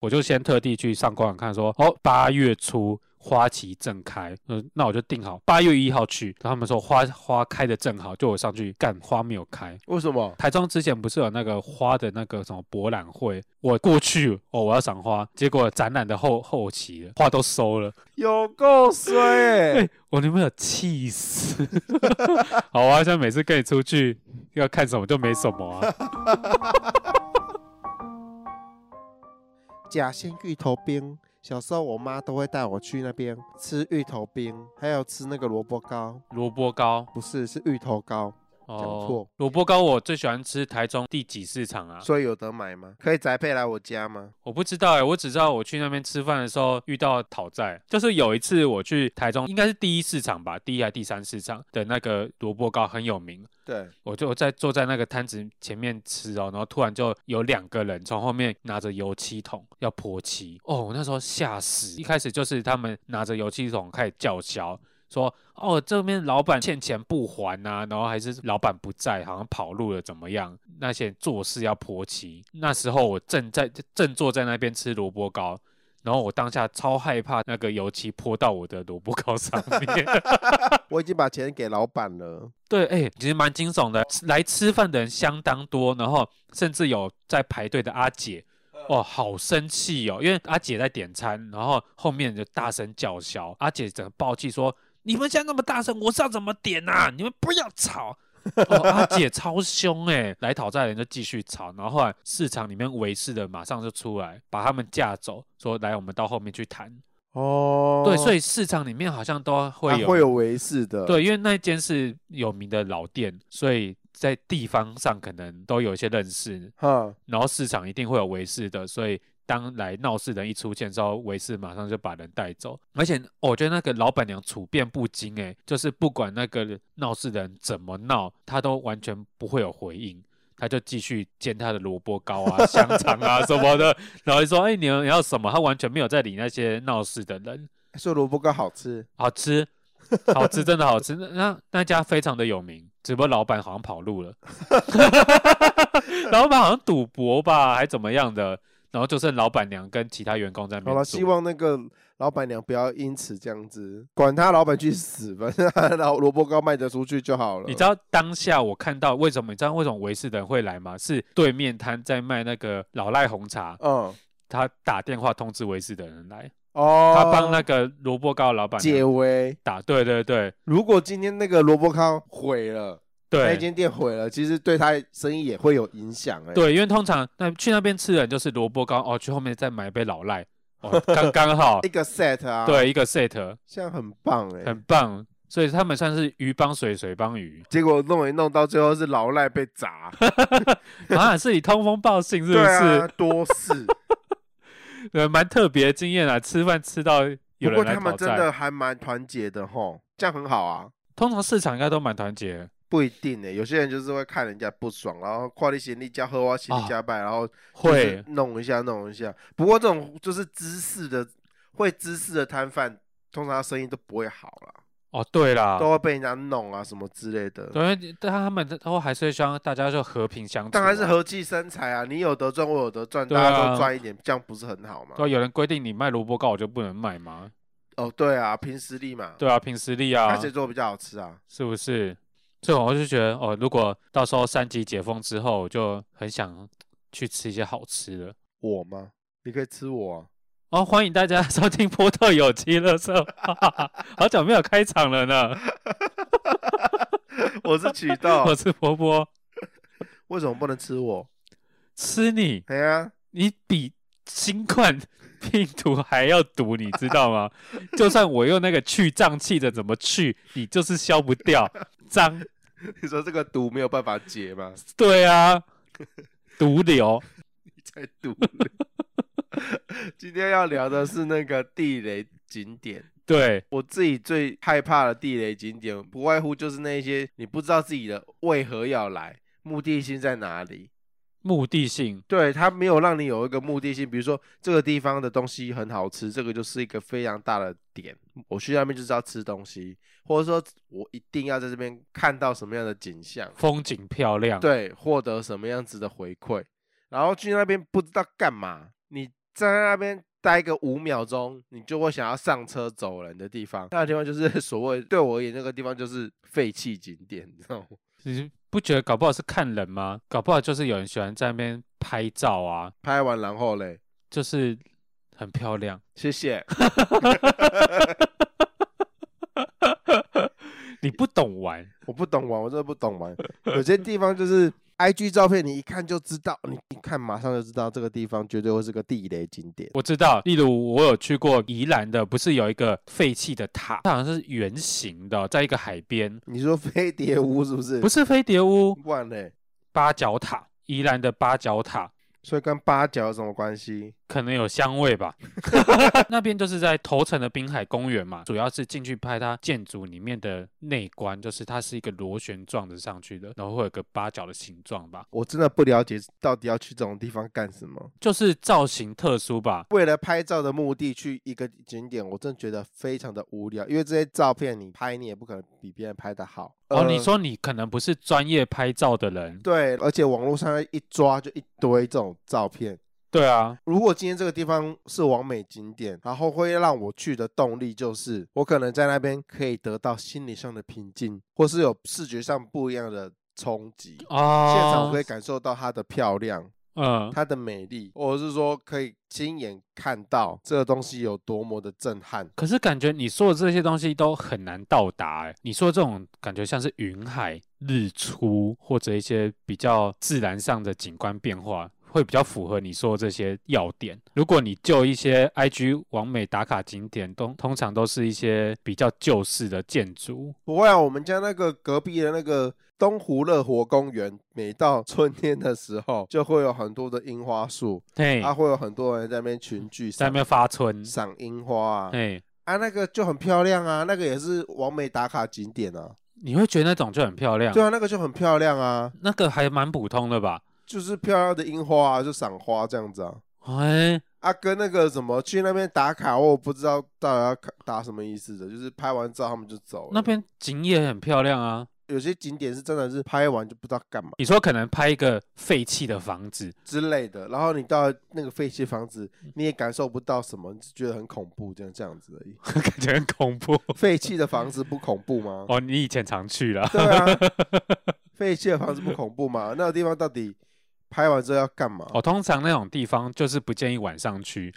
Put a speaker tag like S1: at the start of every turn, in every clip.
S1: 我就先特地去上官网看说，哦，八月初花期正开，嗯，那我就定好八月一号去。然后他们说花花开的正好，就我上去干花没有开。
S2: 为什么？
S1: 台中之前不是有那个花的那个什么博览会，我过去哦，我要赏花，结果展览的后后期了花都收了，
S2: 有够衰欸、
S1: 对我女朋友气死。 好，我好像每次跟你出去要看什么就没什么啊。
S2: 甲仙芋头冰。小时候，我妈都会带我去那边吃芋头冰，还有吃那个萝卜糕，
S1: 萝卜糕，
S2: 不是是芋头糕，
S1: 哦，
S2: 错
S1: 萝卜糕我最喜欢吃台中第几市场啊？
S2: 所以有得买吗？可以宅配来我家吗？
S1: 我不知道哎、我只知道我去那边吃饭的时候遇到讨债，就是有一次我去台中，应该是第一市场吧，第一还第三市场的那个萝卜糕很有名，
S2: 对，
S1: 我就在坐在那个摊子前面吃哦，然后突然就有两个人从后面拿着油漆桶要泼漆，哦，我那时候吓死，一开始就是他们拿着油漆桶开始叫嚣。说哦，这边老板欠钱不还呐、然后还是老板不在，好像跑路了怎么样？那些做事要泼漆。那时候我正在正坐在那边吃萝卜糕，然后我当下超害怕那个油漆泼到我的萝卜糕上面。
S2: 我已经把钱给老板了。
S1: 对，哎、其实蛮惊悚的。吃来吃饭的人相当多，然后甚至有在排队的阿姐，
S2: 嗯
S1: 哦，好生气哦，因为阿姐在点餐，然后后面就大声叫嚣，阿姐整个暴气说：“你们现在那么大声，我是要怎么点啊？你们不要吵。”哦，阿姐超凶哎、来讨债的人就继续吵，然后后来市场里面围事的马上就出来把他们架走，说来我们到后面去谈。
S2: 哦，
S1: 对，所
S2: 以
S1: 以市场里面好像都会
S2: 会
S1: 有、
S2: 啊会有维士的。，
S1: 对，因为那间是有名的老店，所以在地方上可能都有一些认识，
S2: 哈，
S1: 然后市场一定会有围事的，所以当来闹事人一出现之后，围事马上就把人带走。而且我觉得那个老板娘处变不惊，诶，就是不管那个闹事人怎么闹，她都完全不会有回应。她就继续煎她的萝卜糕啊、香肠啊什么的， 然后就说：“哎、你们要什么？”她完全没有在理那些闹事的人。
S2: 说萝卜糕好吃，
S1: 好吃，好吃，真的好吃。那那那家非常的有名，只不过老板好像跑 路了，老板好像赌博吧，还怎么样的。然后就剩老板娘跟其他员工在那
S2: 好
S1: 边
S2: 了，
S1: 煮
S2: 希望那个老板娘不要因此这样子，管他老板去死吧， 然后萝卜糕卖得出去就好了。
S1: 你知道当下我看到为什么？你知道为什么维斯的人会来吗？是对面摊在卖那个老赖红茶，
S2: 嗯，
S1: 他打电话通知维斯的人来，
S2: 哦，
S1: 他帮那个萝卜糕老板娘
S2: 解围。
S1: 打，对对对
S2: 如果今天那个萝卜糕毁了，那
S1: 对
S2: 间店毁了，其实对他生意也会有影响哎、
S1: 对，因为通常那去那边吃的人就是萝卜糕哦，去后面再买一杯老赖哦，刚刚好
S2: 一个 set 啊，，
S1: 对，一个 set
S2: 这样很棒哎、
S1: 很棒，所以他们算是鱼帮水，水帮鱼
S2: 结果弄一弄到最后是老赖被 砸，
S1: 啊，是你通风报信是不
S2: 对啊
S1: 是？，
S2: 多事。
S1: 呃，蛮特别的经验啊，吃饭吃到 有
S2: 不过
S1: 人来
S2: 他
S1: 讨
S2: 们真
S1: 债，
S2: 的还蛮团结的吼，这样很好啊。
S1: 通常市场应该都蛮团结的，
S2: 不一定呢、欸有些人就是会看人家不爽，然后跨地行李加喝我行李加拜，然后就是
S1: 啊会
S2: 弄一下弄一下。不过这种就是知识的会知识的摊贩，通常他生意都不会好啊啦，
S1: 哦，对啦，
S2: 都会被人家弄啊什么之类的。
S1: 对，因为但他们都还是会希望大家就和平相处啊，
S2: 当然是和气生财啊，你有得赚，我有得赚，
S1: 对啊
S2: 大家都赚一点，这样不是很好吗？
S1: 对啊，有人规定你卖萝卜糕我就不能卖吗？
S2: 哦，对啊，凭实力嘛，
S1: 对啊，凭实力啊
S2: 看，谁做比较好吃啊？
S1: 是不是？所以我就觉得哦，如果到时候三级解封之后，我就很想去吃一些好吃的。
S2: 我吗？你可以吃我、啊。
S1: 哦，欢迎大家 收听《波特有机乐色》， 好久没有开场了呢。
S2: 我是渠道
S1: 我，是波波，
S2: 为什么不能吃我？
S1: 吃你，
S2: 哎呀，
S1: 你比新冠病毒还要毒，你知道吗？ 就算我用那个去胀气的怎么去，你就是消不掉。脏，
S2: 你说这个毒没有办法解吗？
S1: 对啊，毒瘤。
S2: 你才毒嘞！ 今天要聊的是那个地雷景点。
S1: 对，
S2: 我自己最害怕的地雷景点，不外乎就是那些你不知道自己的为何要来，目的性在哪里。
S1: 目的性，
S2: 对，它没有让你有一个目的性，比如说这个地方的东西很好吃，这个就是一个非常大的点，我去那边就是要吃东西，或者说我一定要在这边看到什么样的景象，
S1: 风景漂亮。
S2: 对，获得什么样子的回馈，然后去那边不知道干嘛，你站在那边待个五秒钟，你就会想要上车走人的地方。那个地方就是 所谓对我而言，那个地方就是废弃景点，你知道吗？
S1: 你不觉得搞不好是看人吗？搞不好就是有人喜欢在那边拍照啊，
S2: 拍完然后嘞，
S1: 就是很漂亮。
S2: 谢谢。
S1: 你不懂玩，
S2: 我不懂玩，我真的不懂玩。有些地方就是 I G 照片，你一看就知道，你一看马上就知道这个地方绝对会是个地雷景点。
S1: 我知道，例如我有去过宜兰的，不是有一个废弃的塔，它好像是圆形的，在一个海边，
S2: 你说飞碟屋是不是？
S1: 不
S2: 是，
S1: 是飞碟屋，
S2: 不然嘞，
S1: 八角塔，宜兰的八角塔。
S2: 所以跟八角有什么关系？
S1: 可能有香味吧， 那边就是在头城的滨海公园嘛，主要是进去拍它建筑里面的内观，就是它是一个螺旋状的上去的，然后会有个八角的形状吧，
S2: 我真的不了解，到底要去这种地方干什么？
S1: 就是造型特殊吧，
S2: 为了拍照的目的去一个景点，我真的觉得非常的无聊，因为这些照片你拍，你也不可能比别人拍的好。
S1: 哦，你
S2: 呃
S1: 说你可能不是专业拍照的人，
S2: 对，而且网络上一抓就一堆这种照片。
S1: 对啊，
S2: 如果今天这个地方是完美景点，然后会让我去的动力就是，我可能在那边可以得到心理上的平静，或是有视觉上不一样的冲击。现场我
S1: 哦
S2: 可以，感受到它的漂亮，
S1: 嗯，
S2: 它的美丽，或者是说可以亲眼看到这个东西有多么的震撼。
S1: 可是感觉你说的这些东西都很难到达、欸，你说这种感觉像是云海、日出或者一些比较自然上的景观变化。会比较符合你说的这些要点。如果你就一些 IG 完美打卡景点，都通常都是一些比较旧式的建筑，
S2: 不会啊，我们家那个隔壁的那个东湖乐活公园，每到春天的时候，就会有很多的樱花树，
S1: 嘿，
S2: 它会有很多人在那边群聚，
S1: 在那边发春，
S2: 赏樱花啊。
S1: 嘿，
S2: 啊，那个就很漂亮啊，那个也是完美打卡景点啊。
S1: 你会觉得那种就很漂亮。
S2: 对啊，那个就很漂亮啊，
S1: 那个还蛮普通的吧？
S2: 就是漂亮的樱花啊，就赏花这样子啊。
S1: 哎、
S2: 啊，跟那个什么去那边打卡，我不知道到底要看打什么意思的，就是拍完照他们就走了。
S1: 那边景也很漂亮啊。
S2: 有些景点是真的是拍完就不知道干嘛
S1: 你说可能拍一个废弃的房子，。
S2: 之类的，然后你到那个废弃房子，你也感受不到什么，你只觉得很恐怖，这样这样子而已
S1: 感觉很恐怖。
S2: 废弃的房子不恐怖吗？
S1: 哦，你以前常去了，
S2: 对 啊，废弃的房子不恐怖吗？那个地方到底拍完之后要干嘛？
S1: 哦，通常那种地方就是不建议晚上 去，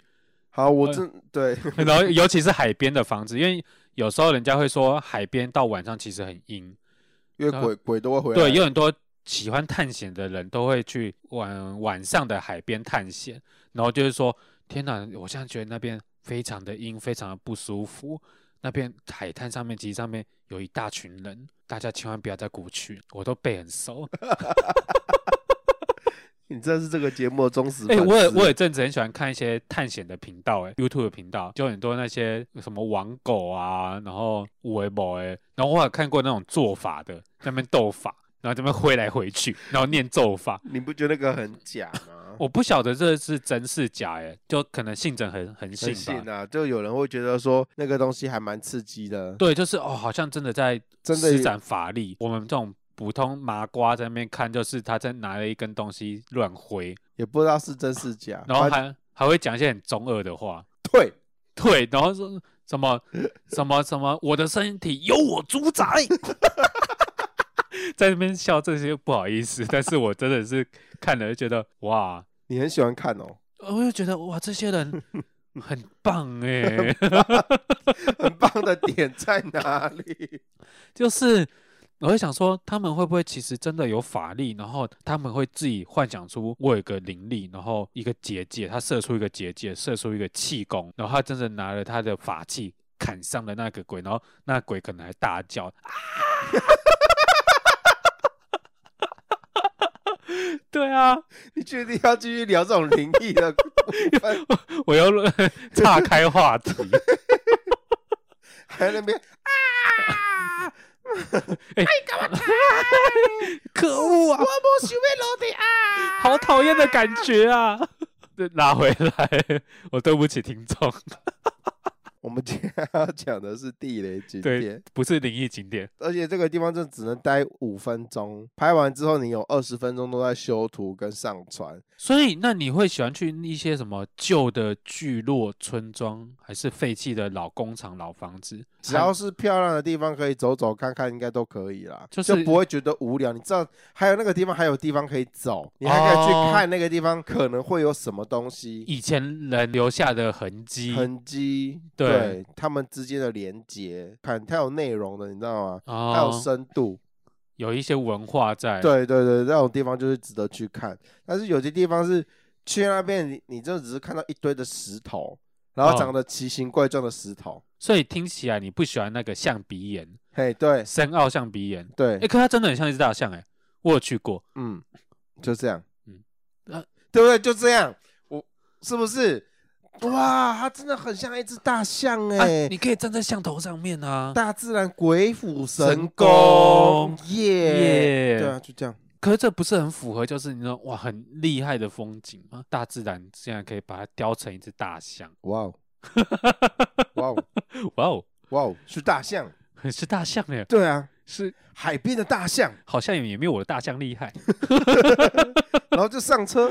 S2: 好，我
S1: 呃
S2: 真、对
S1: 然后尤其是海边的房子，因为有时候人家会说海边到晚上其实很阴，
S2: 因为
S1: 啊
S2: 鬼鬼都会回来。
S1: 对，有很多喜欢探险的人都会去晚晚上的海边探险，然后就是说，天哪，我现在觉得那边非常的阴，非常的不舒服。那边海滩上面，其实上面有一大群人，大家千万不要再过去，我都背很熟。
S2: 你真的是这个节目的忠实
S1: 哎、
S2: 粉丝。
S1: 我也我也阵子很喜欢看一些探险的频道、欸，哎，YouTube 的频道，就很多那些什么网狗啊，然后五维某哎，然后我有看过那种做法的，在那边斗法，然后这边挥来挥去，然后念咒法。
S2: 你不觉得那个很假吗？
S1: 我不晓得这是真是假、欸，哎，就可能信者很 很信
S2: 很
S1: 吧。
S2: 信啊，就有人会觉得说那个东西还蛮刺激的，
S1: 对，就是哦，好像真的在
S2: 真的
S1: 施展法力。我们这种普通麻瓜在那边看，就是他在拿了一根东西乱挥，
S2: 也不知道是真是假。
S1: 然后
S2: 反
S1: 还还会讲一些很中二的话。
S2: 对，
S1: 对，然后说什么什么什么，我的身体由我主宰， 在那边笑这些不好意思，但是我真的是看了就觉得哇，
S2: 你很喜欢看哦，
S1: 呃我就觉得哇，这些人很棒哎、
S2: 很棒的点在哪里？
S1: 就是我会想说，他们会不会其实真的有法力，然后他们会自己幻想出我有一个灵力，然后一个结界，他射出一个结界，射出一个气功，然后他真的拿了他的法器砍伤了那个鬼，然后那鬼可能还大叫啊。 对啊，
S2: 你确定要继续聊这种灵异的部分？
S1: 我又岔开话题。
S2: 还在那 边啊？
S1: 可恶啊！
S2: 不喜欢落地啊！
S1: 好讨厌的 感觉啊！拉回来，我对不起听众。
S2: 我们今天要讲的是地雷景
S1: 对
S2: 点，，
S1: 不是灵异景点，
S2: 而且这个地方就只能待五分钟，拍完之后你有二十分钟都在修图跟上传。
S1: 所以那你会喜欢去一些什么旧的聚落、村庄，还是废弃的老工厂、老房子？
S2: 只要是漂亮的地方，可以走走看看，应该都可以啦，
S1: 就是
S2: 不会觉得无聊。你知道，还有那个地方还有地方可以走，你还可以去
S1: 哦
S2: 看那个地方可能会有什么东西
S1: 以前人留下的痕迹
S2: 痕迹，
S1: 对
S2: 对他们之间的连接，看它有内容的，你知道吗？它有
S1: 哦，
S2: 深度，
S1: 有一些文化在。，
S2: 对对对，那种地方就是值得去看。但是有些地方是去那边你，你就只是看到一堆的石头，然后
S1: 哦
S2: 长得奇形怪状的石头。
S1: 所以听起来你不喜欢那个象鼻岩，
S2: 嘿，对
S1: 深澳象鼻岩。
S2: 对
S1: 哎、，可它真的很像一只大象哎、我有去过。
S2: 嗯，就这样，
S1: 嗯
S2: 嗯，
S1: 啊
S2: 对不对？就这样，我是不是？哇，它真的很像一只大象
S1: 啊
S2: 哎、，
S1: 你可以站在象头上面啊。
S2: 大自然鬼斧
S1: 神
S2: 神
S1: 工
S2: 工，耶
S1: 耶
S2: 对啊，就这样。
S1: 可是这不是很符合，就是你说哇，很厉害的风景吗？大自然竟然可以把它雕成一只大象，
S2: 哇哦，哇哦，
S1: 哇哦，
S2: 哇哦，是大象。
S1: 是大象哎，
S2: 对啊，
S1: 是
S2: 海边的大象，
S1: 好像也没有我的大象厉害，
S2: 然后就上车，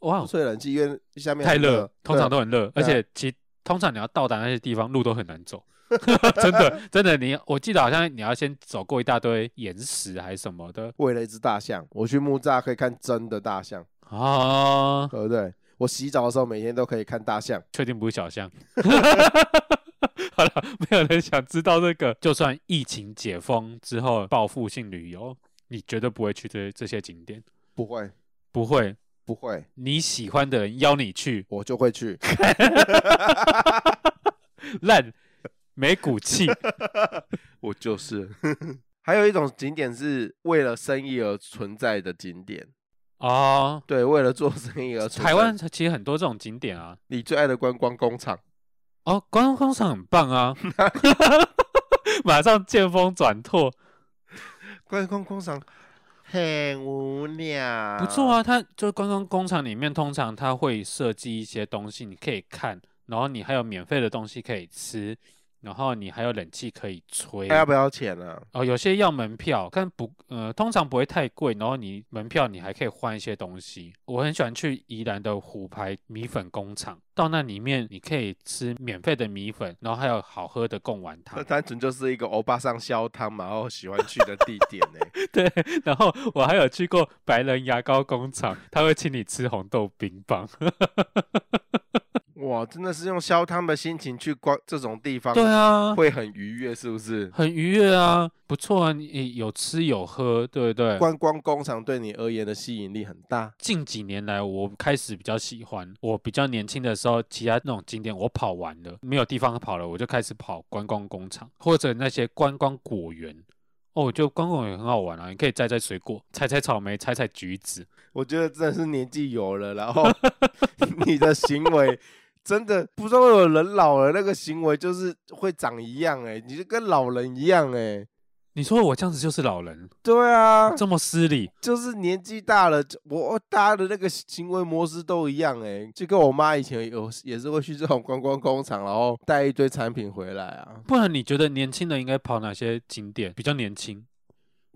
S1: 哇
S2: 不
S1: 哦，
S2: 吹冷气，因为下 面
S1: 太
S2: 很
S1: 热，通常
S2: 对
S1: 都很热，而
S2: 对啊
S1: 且其通常你要到达那些地方，路都很难走。 真的， 真的，你我记得好像你要先走过一大堆岩石还是什么的
S2: 为了一只大象，我去木栅可以看真的大象，
S1: 啊，
S2: 对不对？我洗澡的时候每天都可以看大象。
S1: 确定不是小象。 好了，没有人想知道这个。就算疫情解封之后报复性旅游，你绝对不会去这这些景点，
S2: 不会，
S1: 不会。
S2: 不会，
S1: 你喜欢的人邀你去，
S2: 我就会 去。
S1: 烂，没骨 气。
S2: 我就是。 还有一种景点是为了生意而存在的景点，
S1: 哦，
S2: 对，为了做生意而存在。
S1: 台湾其实很多这种景点啊。
S2: 你最爱的观光工厂，
S1: 哦，观光工厂很棒啊， 马上见风转舵，
S2: 观光工厂很无聊，
S1: 不错。啊。它就是观光工厂里面，通常它会设计一些东西，你可以看，然后你还有免费的东西可以吃，然后你还有冷气可以吹。
S2: 那要不要钱啊？
S1: 哦，有些要门票，但不，呃，通常不会太贵。然后你门票你还可以换一些东西。我很喜欢去宜兰的虎牌米粉工厂，到那里面你可以吃免费的米粉，然后还有好喝的贡丸汤
S2: 那。单纯就是一个欧巴桑消汤嘛，然后喜欢去的地点呢、
S1: 对，然后我还有去过白人牙膏工厂，他会请你吃红豆冰棒。
S2: 哇，真的是用消汤的心情去逛这种地方，
S1: 对啊，
S2: 会很愉悦，是 不是？
S1: 很愉悦啊，不错啊，你有吃有喝，对不对？
S2: 观光工厂对你而言的吸引力很大，
S1: 近几年来，我开始比较喜欢。我比较年轻的时候，其他那种景点我跑完了，没有地方跑了，我就开始跑观光工厂或者那些观光果园。哦，我觉得观光果园很好玩啊，你可以摘摘水果，采采草莓，采采橘子。
S2: 我觉得真的是年纪有了，然后你的行为真的不知道为什么人老了那个行为就是会长一样哎、你就跟老人一样哎、
S1: 你说我这样子就是老人，
S2: 对啊，
S1: 这么失礼？
S2: 就是年纪大了，就我大家的那个行为模式都一样哎、就跟我妈以前有也是会去这种观光工厂，然后带一堆产品回来啊，
S1: 不然你觉得年轻人应该跑哪些景点比较年轻？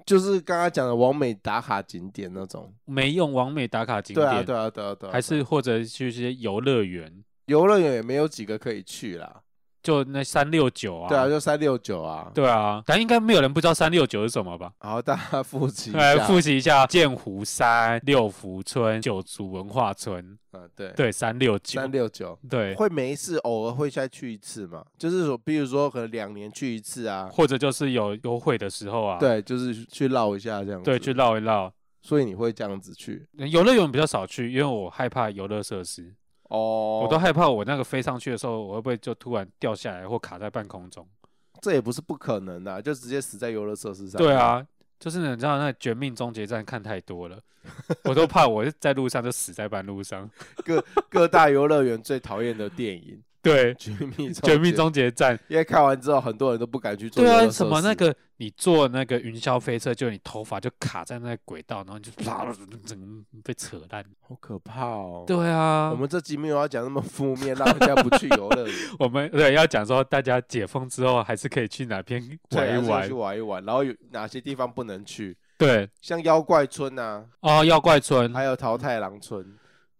S2: 就是刚刚讲的完美打卡景点那种。
S1: 没用完美打卡景
S2: 对
S1: 点，
S2: 啊，对啊，对啊，对啊，
S1: 还
S2: 对啊
S1: 是或者去一些游乐园，
S2: 游乐园也没有几个可以去啦。
S1: 就那三六九啊。
S2: 对啊，就三六九啊。，
S1: 对啊，但应该没有人不知道三六九是什么吧？
S2: 然后大家复习一
S1: 来
S2: 下。
S1: 哎复习一下剑湖山、六福村、九族文化村，
S2: 啊，对，
S1: 对，三六九，
S2: 三六九
S1: 对，
S2: 会没事，偶尔会再去一次嘛。就是说，比如说可能两年去一次啊。
S1: 或者就是有优惠的时候啊，
S2: 对，就是去绕一下这样子。
S1: 对，去绕一绕。
S2: 所以你会这样子去
S1: 游乐园比较少去，因为我害怕游乐设施，
S2: 哦。
S1: 我都害怕我那个飞上去的时候，我会不会就突然掉下来或卡在半空中？
S2: 这也不是不可能的、啊就直接死在游乐设施上。
S1: 对，啊，就是你知道那《绝命终结站》看太多了，我都怕我在路上就死在半路上。
S2: 各各大游乐园最讨厌的电影。
S1: 对，
S2: 绝密终
S1: 绝
S2: 结
S1: 命，终结站。
S2: 因为看完之后很多人都不敢去做
S1: 对
S2: 游
S1: 啊，
S2: 乐
S1: 什
S2: 设
S1: 么那
S2: 施
S1: 个你坐那个云霄飞车，就你头发就卡在那个轨道，然后你就啪，整个被扯烂。
S2: 好可怕哦。
S1: 对啊，
S2: 我们这集没有要讲那么负面，让人家不去游 乐园，
S1: 我们对要讲说，大家解封之后还是可以去哪边
S2: 对
S1: 玩
S2: 还是
S1: 一
S2: 要
S1: 玩
S2: 去。玩一玩。然后有哪些地方不能去？
S1: 对
S2: 像妖怪村啊，
S1: 哦，妖怪村。
S2: 还有桃太郎村，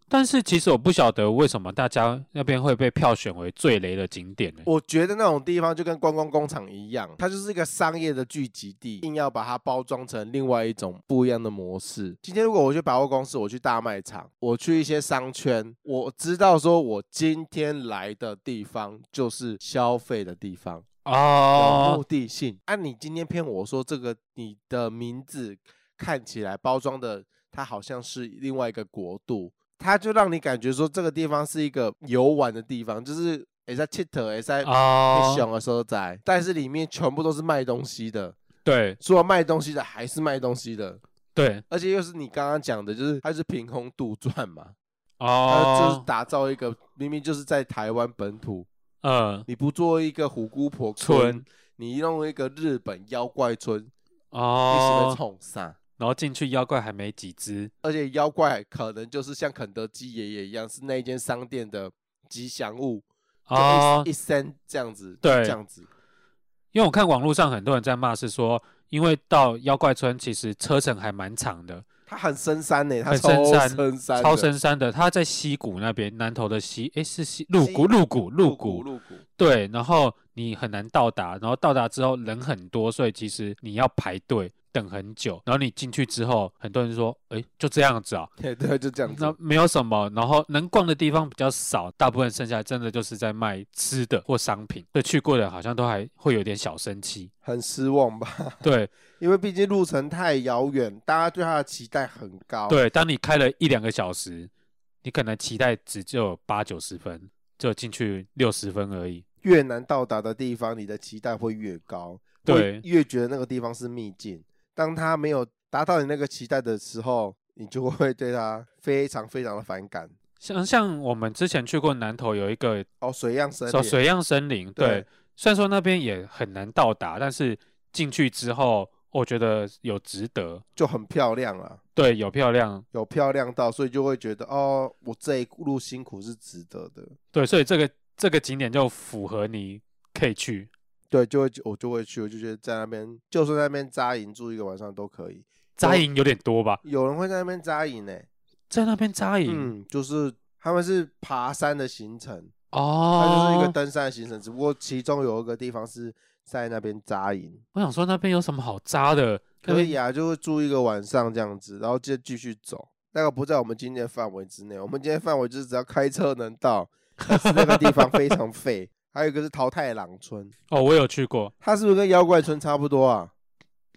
S1: 但是其实我不晓得为什么大家那边会被票选为最雷的景点呢、
S2: 我觉得那种地方就跟观光工厂一样，它就是一个商业的聚集地，硬要把它包装成另外一种不一样的模式。今天如果我去百货公司，我去大卖场，我去一些商圈，我知道说我今天来的地方就是消费的地方，有
S1: 哦
S2: 目，的性。按、你今天骗我说这个你的名字看起来包装的，它好像是另外一个国度，它就让你感觉说这个地方是一个游玩的地方，就是也在 t 头，也在你
S1: 哦，
S2: 想的时候在，但是里面全部都是卖东西的，
S1: 对
S2: 除了卖东西的还是卖东西的，
S1: 对
S2: 而且又是你刚刚讲的，就是它是凭空杜撰嘛，它呃就是
S1: 哦，
S2: 打造一个明明就是在台湾本土，
S1: 嗯
S2: 你不做一个虎姑婆
S1: 村
S2: 村，你弄一个日本妖怪村，你是被
S1: 哦，
S2: 冲上。
S1: 然后进去妖怪还没几只
S2: 而且妖怪可能就是像肯德基爷爷一样，是那一间商店的吉祥物，就一、
S1: 哦
S2: 一，升这样子，
S1: 对
S2: 这样子，
S1: 因为我看网络上很多人在骂是说，因为到妖怪村其实车程还蛮长的，
S2: 它很深山呢、它
S1: 很
S2: 超
S1: 深山
S2: 深山的，
S1: 超深山的，它在溪谷那边，南投的溪，诶，是溪鹿
S2: 溪
S1: 谷鹿谷鹿
S2: 谷
S1: 谷，
S2: 入谷，
S1: 对，然后你很难到达，然后到达之后人很多，所以其实你要排队等很久，然后你进去之后，很多人说，诶，就这样子啊，
S2: 对对，就这样子
S1: 那。没有什么，然后能逛的地方比较少，大部分剩下真的就是在卖吃的或商品，对，去过的好像都还会有点小生 气，
S2: 很失望吧，
S1: 对
S2: 因为毕竟路程太遥远，大家对它的期待很高。，
S1: 对，当你开了一两个小时，你可能期待值就有八九十分，就进去六十分而已，
S2: 越难到达的地方，你的期待会越高，
S1: 对
S2: 会越觉得那个地方是秘境。当它没有达到你那个期待的时候，你就会对它非常非常的反感。
S1: 像像我们之前去过南投有一个
S2: 哦，水样森
S1: 叫
S2: 林，
S1: 水漾森林，对，
S2: 对
S1: 虽然说那边也很难到达，但是进去之后，我觉得有值得，
S2: 就很漂亮了，
S1: 对，有漂亮，
S2: 有漂亮到，所以就会觉得哦，我这一路辛苦是值得的。
S1: 对，所以这个这个景点就符合你可以去，
S2: 对，就会我就会去，我就觉得在那边，就算在那边扎营住一个晚上都可以。
S1: 扎
S2: 我
S1: 营有点多吧，
S2: 有人会在那边扎营呢、欸
S1: 在那边扎营、
S2: 嗯，就是他们是爬山的行程，它
S1: 哦，
S2: 就是一个登山的行程，只不过其中有一个地方是在那边扎营，
S1: 我想说那边有什么好扎的？那
S2: 可
S1: 边
S2: 以啊，就会住一个晚上这样子，然后接继续走。那个不在我们今天的范围之内，我们今天范围就是只要开车能到，但是那个地方非常废。还有一个是桃太郎村，
S1: 哦，我有去过，
S2: 它是不是跟妖怪村差不多啊？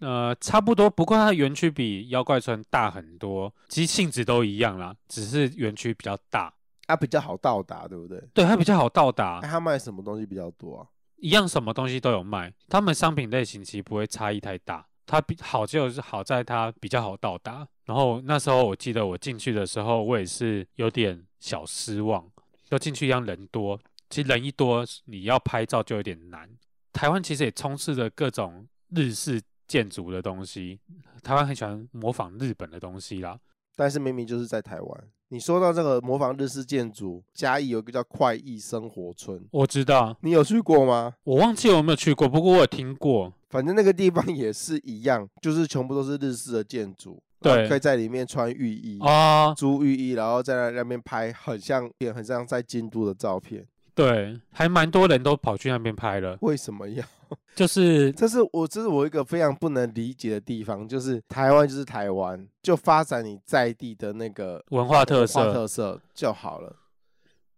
S1: 呃，差不多，不过它园区比妖怪村大很多，其实性质都一样啦，只是园区比较大，
S2: 它、比较好到达，对不对？
S1: 对，它比较好到达
S2: 哎、，它卖什么东西比较多啊？
S1: 一样什么东西都有卖，他们商品类型其实不会差异太大。它比好就是好在它比较好到达。然后那时候我记得我进去的时候，我也是有点小失望，就进去一样人多，其实人一多你要拍照就有点难。台湾其实也充斥着各种日式建筑的东西，台湾很喜欢模仿日本的东西啦。
S2: 但是明明就是在台湾。你说到这个模仿日式建筑，嘉义有一个叫快意生活村，
S1: 我知道，
S2: 你有去过吗？
S1: 我忘记我有没有去过，不过我有听过。
S2: 反正那个地方 也是一样，就是全部都是日式的建筑，
S1: 对
S2: 然后可以在里面穿浴衣、
S1: 哦，
S2: 租浴衣，然后在那那边拍很像也很像在京都的照片。
S1: 对，还蛮多人都跑去那边拍了，
S2: 为什么要？
S1: 就是
S2: 这是我这是我一个非常不能理解的地方，就是台湾就是台湾，就发展你在地的那个
S1: 文化特
S2: 文化
S1: 色。
S2: 特色就好了。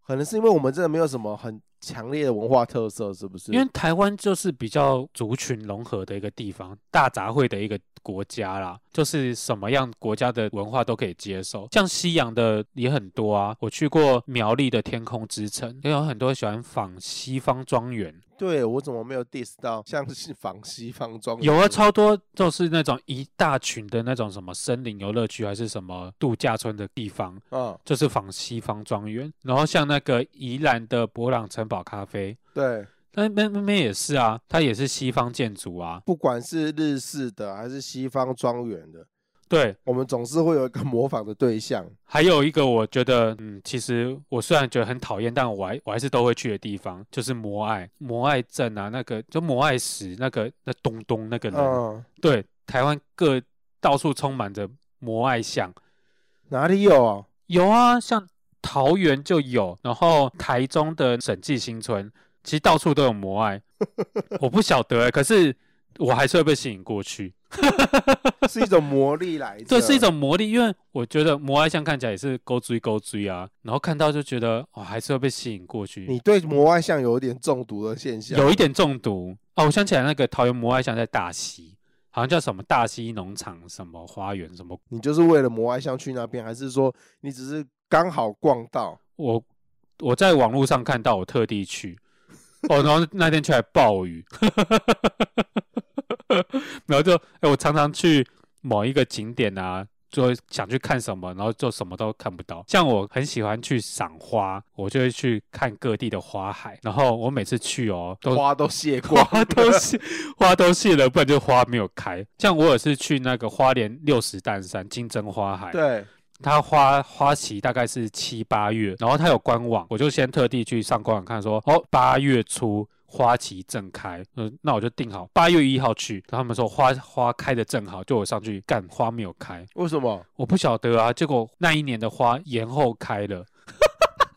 S2: 可能是因为我们真的没有什么很强烈的文化特色，是不是？
S1: 因为台湾就是比较族群融合的一个地方，大杂烩的一个国家啦，就是什么样国家的文化都可以接受。像西洋的也很多啊，我去过苗栗的天空之城，也有很多喜欢仿西方庄园，
S2: 对我怎么没有 diss 到像是 仿西方装
S1: 有啊，超多就是那种一大群的那种什么森林游乐区还是什么度假村的地方，
S2: 嗯，
S1: 就是仿西方庄园。然后像那个宜兰的博朗城堡咖啡。
S2: 对，
S1: 那那那边也是啊，它也是西方建筑啊。
S2: 不管是日式的还是西方庄园的，
S1: 对，
S2: 我们总是会有一个 模仿的对象。
S1: 还有一个我觉得，嗯，其实我虽然觉得很讨厌，但我还我还是都会去的地方，就是摩艾摩艾镇啊，那个就摩艾石那个那东东那个人，
S2: 嗯，
S1: 对，台湾各到处充满着摩艾像，
S2: 哪里有啊？
S1: 有啊，像桃园就有，然后台中的审计新村，其实到处都有摩艾， 我不晓得欸、可是我还是会被吸引过去。
S2: 是一种魔力来 着。
S1: 这是一种魔力，因为我觉得摩艾像看起来也是勾追勾追啊，然后看到就觉得哦，还是会被吸引过去，
S2: 你对魔外像有一点中毒的现象。
S1: 有一点中毒哦。我想起来那个桃园摩艾像在大溪，好像叫什么大溪农场什么花园什么，
S2: 你就是为了魔外像去那边，还是说你只是刚好逛到？
S1: 我我在网络上看到，我特地去，哦，然后那天去还暴雨， 然后就哎、我常常去某一个景点啊。就想去看什么，然后就什么都看不到。像我很喜欢去赏花，我就会去看各地的花海。然后我每次去哦，都
S2: 花都谢过，
S1: 花都谢，花都谢了，不然就花没有开。像我也是去那个花莲六十担山金针花海，
S2: 对，
S1: 它花花期大概是七八月，然后它有官网，我就先特地去上官网看说，哦，八月初。花期正开，嗯，那我就定好八月一号去。然后他们说花花开的正好，就我上去干花没有开，
S2: 为什么？
S1: 我不晓得啊。结果那一年的花延后开了。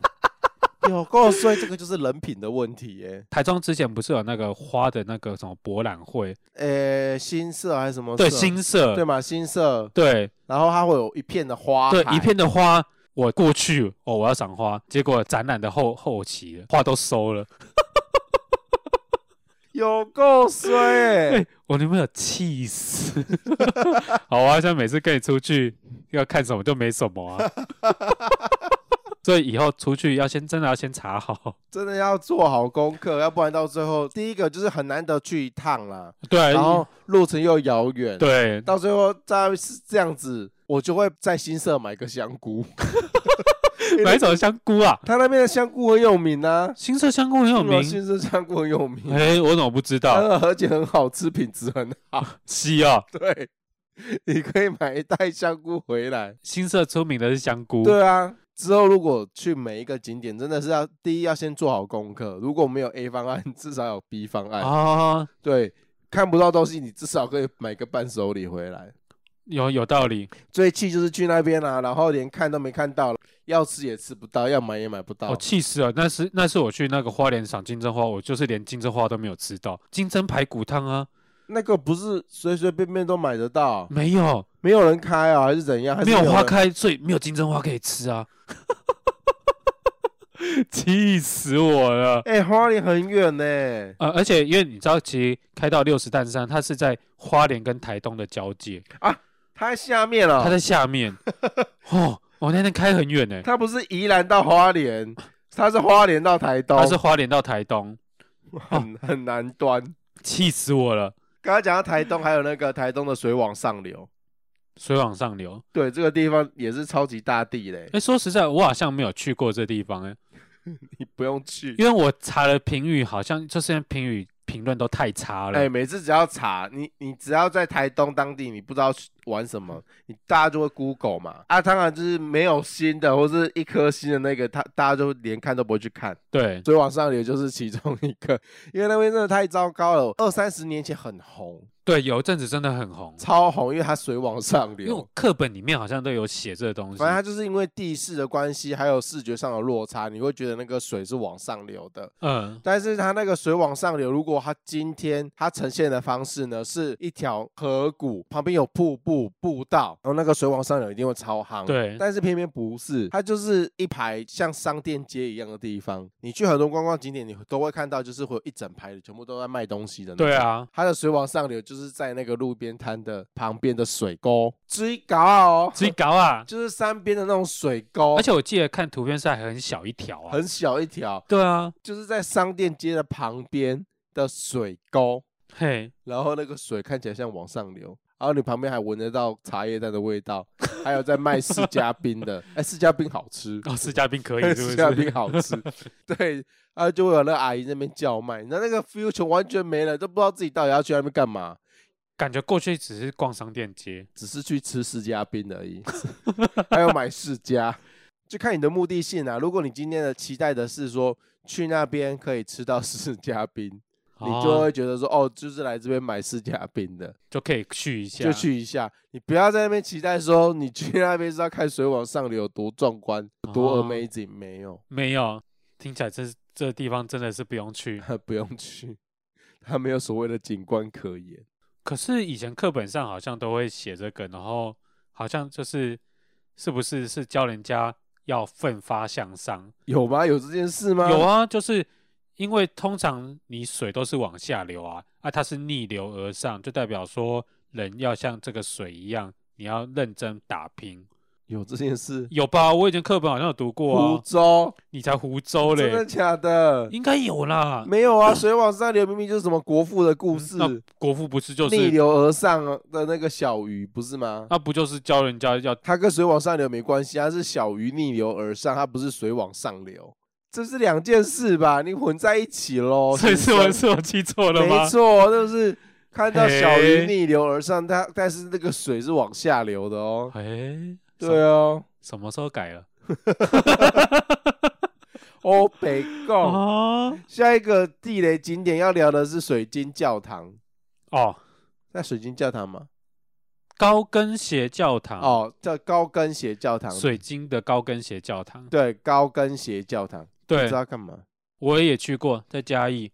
S2: 有够衰，这个就是人品的问题耶、
S1: 台中之前不是有那个花的那个什么博览会，
S2: 呃，新社还是啊什么社？
S1: 对新社，
S2: 对嘛，新社，
S1: 对
S2: 然后它会有一片的花海，
S1: 对，一片的花，我过去哦，我要赏花，结果展览的后后期了花都收了，
S2: 有够衰、
S1: 哎、
S2: 欸，
S1: 我女朋友气死。 好啊，像每次跟你出去要看什么就没什么 啊，所以以后出去要先真的要先查 好。
S2: 真的要做好功课，要不然到最后，第一个就是很难得去一趟啦，
S1: 对，啊
S2: 然后路程又遥远，，
S1: 哎对，
S2: 到最后再是这样子，我就会在新社买个 香菇，
S1: 买什么香菇啊？
S2: 他那边的香菇很有名啊，
S1: 新社香菇很有
S2: 是吗
S1: 名。
S2: 新社呃香菇很有名，
S1: 哎，我怎么不知道？
S2: 而且很好吃，品质很好，
S1: 西啊，
S2: 对，你可以买一袋香菇回来。
S1: 新社出名的是香菇。
S2: 对啊，之后如果去每一个景点，真的是要第一要先做好功课，如果没有 A 方案，至少有 B 方案。
S1: 啊，
S2: 对，看不到东西，你至少可以买个伴手礼回来。
S1: 有有道理。
S2: 最气就是去那边啊，然后连看都没看到，要吃也吃不到，要买也买不到。
S1: 我哦气死了！那是那是我去那个花莲赏金针花，我就是连金针花都没有吃到，金针排骨汤啊，
S2: 那个不是随随便便都买得到，
S1: 没有，
S2: 没有人开啊，还是怎样？还是
S1: 没有
S2: 有
S1: 花
S2: 人，
S1: 开，所以没有金针花可以吃啊， 气死我了！
S2: 哎、花莲很远呢、
S1: 呃，而且因为你知道，其实开到六十担山，它是在花莲跟台东的交界，
S2: 它在下面啊了、
S1: 它在下 面。哦，我那天开很远呢、欸
S2: 它不是宜兰到花莲，它是花莲到台东，
S1: 它是花莲到台东，
S2: 很很难端。
S1: 气死我了！
S2: 刚刚讲到台东，还有那个台东的水往上流，
S1: 水往上流。
S2: 对，这个地方也是超级大地嘞，
S1: 哎，说实在，我好像没有去过这地方哎、
S2: 你不用去。
S1: 因为我查了评语，好像就是因为评语评论都太差了。
S2: 哎、每次只要查你，你只要在台东当地，你不知道去玩什么，你大家就会 Google 嘛。啊，当然就是没有新的，或是一颗新的那个，他大家就连看都不会去看。
S1: 对，
S2: 所以往上流就是其中一个，因为那边真的太糟糕了，二三十年前很红，
S1: 对，有一阵子真的很红，
S2: 超红，因为它水往上
S1: 因为我
S2: 流。
S1: 课本里面好像都有写这个东西。
S2: 反正它就是因为地势的关系，还有视觉上的落差，你会觉得那个水是往上流的。
S1: 嗯，
S2: 但是它那个水往上流，如果它今天它呈现的方式呢，是一条河谷，旁边有瀑布步道，然后那个水往上流一定会超夯。。
S1: 对，
S2: 但是偏偏不是，它就是一排像商店街一样的地方。你去很多观光景点，你都会看到，就是会有一整排的，全部都在卖东西的。
S1: 对，啊，
S2: 它的水往上流，就是在那个路边摊的旁边的水沟，最高哦，！
S1: 自己搞啊
S2: 就是山边的那种水沟，
S1: 而且我记得看图片是还哦很小一条啊。
S2: 很小一条，
S1: 对啊，
S2: 就是在商店街的旁边的水沟。
S1: 嘿，
S2: 然后那个水看起来像往上流。然后你旁边还闻得到茶叶蛋的味道，还有在卖释迦冰的，哎，释迦冰好吃，
S1: 哦，释迦冰可以是不
S2: 释迦冰
S1: 是？
S2: 好 吃，对，啊，就会有那个阿姨在那边叫卖，那那个 future 完全没了，都不知道自己到底要去那边干嘛，
S1: 感觉过去只是逛商店街，
S2: 只是去吃释迦冰而已， 还有买释迦，就看你的目的性啊。如果你今天的期待的是说去那边可以吃到 释迦冰，你就
S1: 哦
S2: 会觉得说哦，就是来这边买释迦冰的，
S1: 就可以去一下，
S2: 就去一下。你不要在那边期待说你去那边是要看水往上流有多壮观、多
S1: 哦
S2: amazing，没有，
S1: 没有，听起来这这地方真的是不用去。
S2: 不用去， 它没有所谓的景观可言。
S1: 可是以前课本上好像都会写这个，然后好像就是是不是是教人家要奋发向上？
S2: 有吗？有这件事吗？
S1: 有，啊，就是因为通常你水都是往下流啊，啊，它是逆流而上，就代表说人要像这个水一样，你要认真打拼。
S2: 有这件事。
S1: 有吧？我以前课本好像有读过
S2: 湖
S1: 啊，
S2: 州，
S1: 你才湖州
S2: 真的
S1: 嘞，
S2: 假的？
S1: 应该有啦。
S2: 没有啊，水往上流明明就是什么国父的故事，
S1: 嗯那国父不是啊就
S2: 逆
S1: 是
S2: 流而上的那个小鱼不是吗？
S1: 那不就是教人家要
S2: 它跟水往上流没关系，它是小鱼逆流而上，它不是水往上流，这是两件事吧？你混在一起喽。
S1: 所以是我
S2: 先生
S1: 是我记错了吗
S2: 哦没？错，就是看到小
S1: 嘿
S2: 鱼逆流而上，它但是那个水是往下流的哦。
S1: 哎、
S2: 对哦，
S1: 什么时候改了？
S2: 欧北贡。
S1: 哦
S2: 下一个地雷景点要聊的是水晶教堂，
S1: 哦，
S2: 那水晶教堂吗？
S1: 高跟鞋教堂，
S2: 哦，叫高跟鞋教堂。
S1: 啊水晶的高跟鞋教堂，
S2: 对，高跟鞋教堂，不
S1: 对
S2: 知，道干嘛。
S1: 我也去过，在嘉义，